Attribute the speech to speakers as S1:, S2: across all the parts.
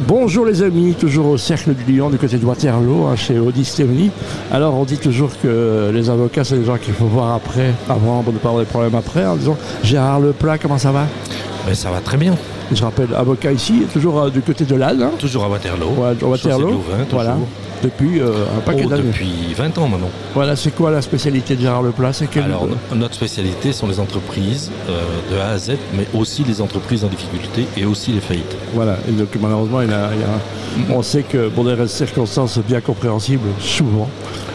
S1: Bonjour les amis, toujours au Cercle du Lion du côté de Waterloo, hein, chez Audi Stéphanie. Alors on dit toujours que les avocats, c'est les gens qu'il faut voir après, avant pour ne pas avoir des problèmes après, en disant Gérard Leplat, comment ça va
S2: Ben, ça va très bien.
S1: Je rappelle, avocat ici, toujours euh, du côté de l'Alde, hein,
S2: Toujours à Waterloo.
S1: ouais, de Waterloo.
S2: Chaussée de Louvain, toujours.
S1: voilà, depuis euh, un paquet
S2: Oh,
S1: d'années.
S2: depuis 20 ans maintenant.
S1: Voilà, c'est quoi la spécialité de Gérard Leplat C'est quel- euh,
S2: Alors, no- notre spécialité sont les entreprises euh, de A à Z, mais aussi les entreprises en difficulté et aussi les faillites.
S1: Voilà, et donc malheureusement, il y en a- il y en a- on sait que pour des circonstances bien compréhensibles, souvent,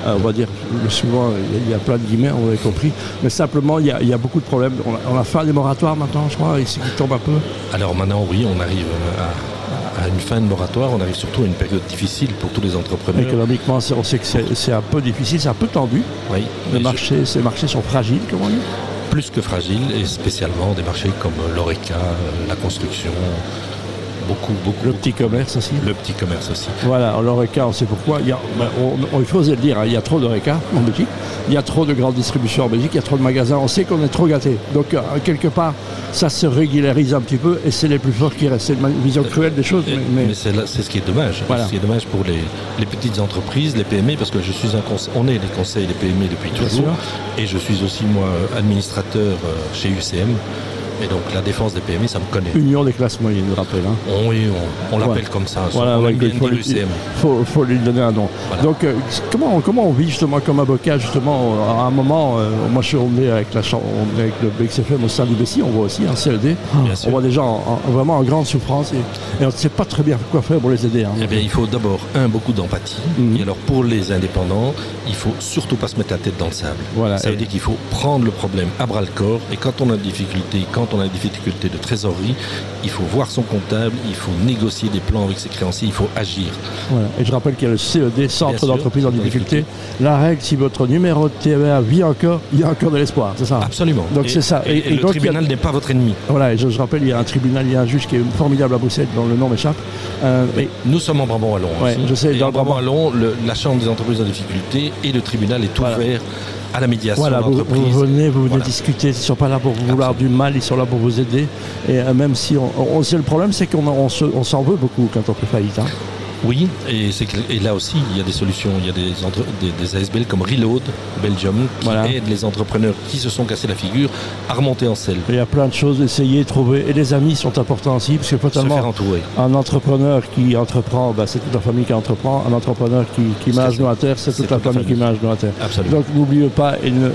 S1: euh, on va dire, le souvent, il y a- il y, a plein de guillemets, on l'a compris, mais simplement, il y a, il y a beaucoup de problèmes. On a, on a fin des moratoires maintenant, je crois, ici qui tombe un peu.
S2: Alors maintenant, oui, on arrive euh, à, à une fin de moratoire, on arrive surtout à une période difficile pour tous les entrepreneurs.
S1: Économiquement, c'est- on sait que c'est c'est un peu difficile, c'est un peu tendu.
S2: Oui,
S1: Le
S2: mais
S1: marché, ces marchés sont fragiles, comment dire
S2: c'est plus que fragile, et spécialement des marchés comme euh, l'ORECA, euh, la construction, beaucoup, beaucoup.
S1: Le petit commerce aussi.
S2: le petit commerce aussi.
S1: Voilà, l'ORECA, on sait pourquoi. Il, y a, ben, on- on- il faut oser le dire, hein, il y a trop d'ORECA en Belgique, il y a trop de grandes distributions en Belgique, il y a trop de magasins, on sait qu'on est trop gâté. Donc, euh, quelque part, ça se régularise un petit peu et c'est les plus forts qui restent. C'est une vision cruelle des choses,
S2: Et-
S1: mais,
S2: mais
S1: mais-
S2: c'est là- c'est ce qui est dommage.
S1: Voilà.
S2: C'est Ce qui est dommage pour les, les petites entreprises, les PME, parce que je suis un conse- on est les conseils des PME depuis
S1: Bien
S2: toujours.
S1: sûr.
S2: Et je suis aussi, moi, euh, administrateur euh, chez UCM. Et donc, la défense des PME, ça me connaît.
S1: union des classes moyennes, je rappelle. hein.
S2: On, oui, on, on l'appelle
S1: Voilà.
S2: comme ça.
S1: Voilà,
S2: on
S1: ouais,
S2: aime
S1: il
S2: bien
S1: faut,
S2: dire
S1: lui,
S2: UCM.
S1: faut- faut lui donner un nom.
S2: Voilà.
S1: Donc, euh, comment, on- comment on vit justement comme avocat, justement, euh, à un moment, euh, moi je suis on est avec, la, chambre- on est avec le BXFM au sein du BCI, on voit aussi hein, un CLD,
S2: Ah, Bien
S1: on
S2: sûr.
S1: voit des gens en- en- vraiment en grande souffrance et, et on ne sait pas très bien quoi faire pour les aider. hein.
S2: Eh bien, il faut d'abord, un, beaucoup d'empathie.
S1: Mhm.
S2: Et alors, pour les indépendants, il faut surtout pas se mettre la tête dans le sable.
S1: Voilà.
S2: Ça veut
S1: Et-
S2: dire qu'il faut prendre le problème à bras le corps. Et quand on a des difficultés, quand on a des difficultés de trésorerie, il faut voir son comptable, il faut négocier des plans avec ses créanciers, il faut agir.
S1: Voilà. Et je rappelle qu'il y a le CED,
S2: Bien
S1: Centre
S2: sûr.
S1: d'entreprise en difficulté. La règle, si votre numéro de TVA vit encore, il y a encore de l'espoir, c'est ça
S2: Absolument.
S1: Ah. Donc
S2: Et-
S1: c'est ça.
S2: Et,
S1: Et-
S2: et
S1: et
S2: le
S1: donc, il y a-
S2: tribunal n'est pas votre ennemi.
S1: Voilà, et je, je rappelle, il y a un tribunal, il y a un juge qui est formidable à Bruxelles, dont le nom m'échappe. Euh, et-
S2: Nous sommes en Brabant-Wallon.
S1: Ouais,
S2: aussi.
S1: je sais,
S2: Et
S1: dans
S2: en
S1: le Brabant-
S2: Brabant-Wallon, le- la Chambre des entreprises en difficulté et le tribunal est
S1: Voilà.
S2: ouvert à la médiation
S1: voilà, vous,
S2: d'entreprise.
S1: vous venez, vous venez
S2: Voilà.
S1: discuter, ils ne sont pas là pour vous vouloir du mal, ils sont là pour vous aider. Et euh, même si on, on- on sait le problème, c'est qu'on on se- on s'en veut beaucoup quand on fait faillite. hein.
S2: Oui, et, c'est que- et là aussi, il y a des solutions. Il y a des, entre- des, des ASBL comme Reload Belgium qui
S1: Voilà.
S2: aident les entrepreneurs qui se sont cassés la figure à remonter en selle,
S1: Il y a plein de choses, essayer, trouver. Et les amis sont importants aussi, parce que
S2: se
S1: totalement,
S2: faire entourer.
S1: Un entrepreneur qui entreprend, bah, c'est toute la famille qui entreprend. Un entrepreneur qui, qui met
S2: C'est
S1: un
S2: ça.
S1: genou à terre, c'est toute la famille qui met un genou à terre.
S2: Absolument.
S1: Donc n'oubliez pas, et ne-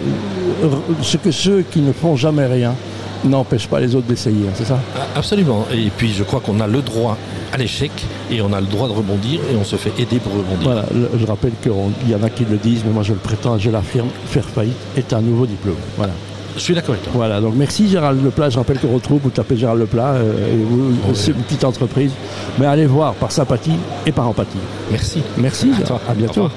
S1: ce que ceux qui ne font jamais rien n'empêchent pas les autres d'essayer, hein, c'est ça
S2: Ah, Absolument. Et puis, je crois qu'on a le droit à l'échec et on a le droit de rebondir et on se fait aider pour rebondir.
S1: Voilà, le- je rappelle qu'il y en a qui le disent, mais moi je le prétends, je l'affirme, faire faillite est un nouveau diplôme. Voilà.
S2: Je suis d'accord avec toi.
S1: Voilà, donc merci Gérald Leplat. Je rappelle qu'on retrouve, vous tapez Gérald Leplat, euh, et vous- c'est une petite entreprise. Mais allez voir par sympathie et par empathie.
S2: Merci.
S1: Merci,
S2: À toi.
S1: à
S2: Au
S1: bientôt.
S2: revoir.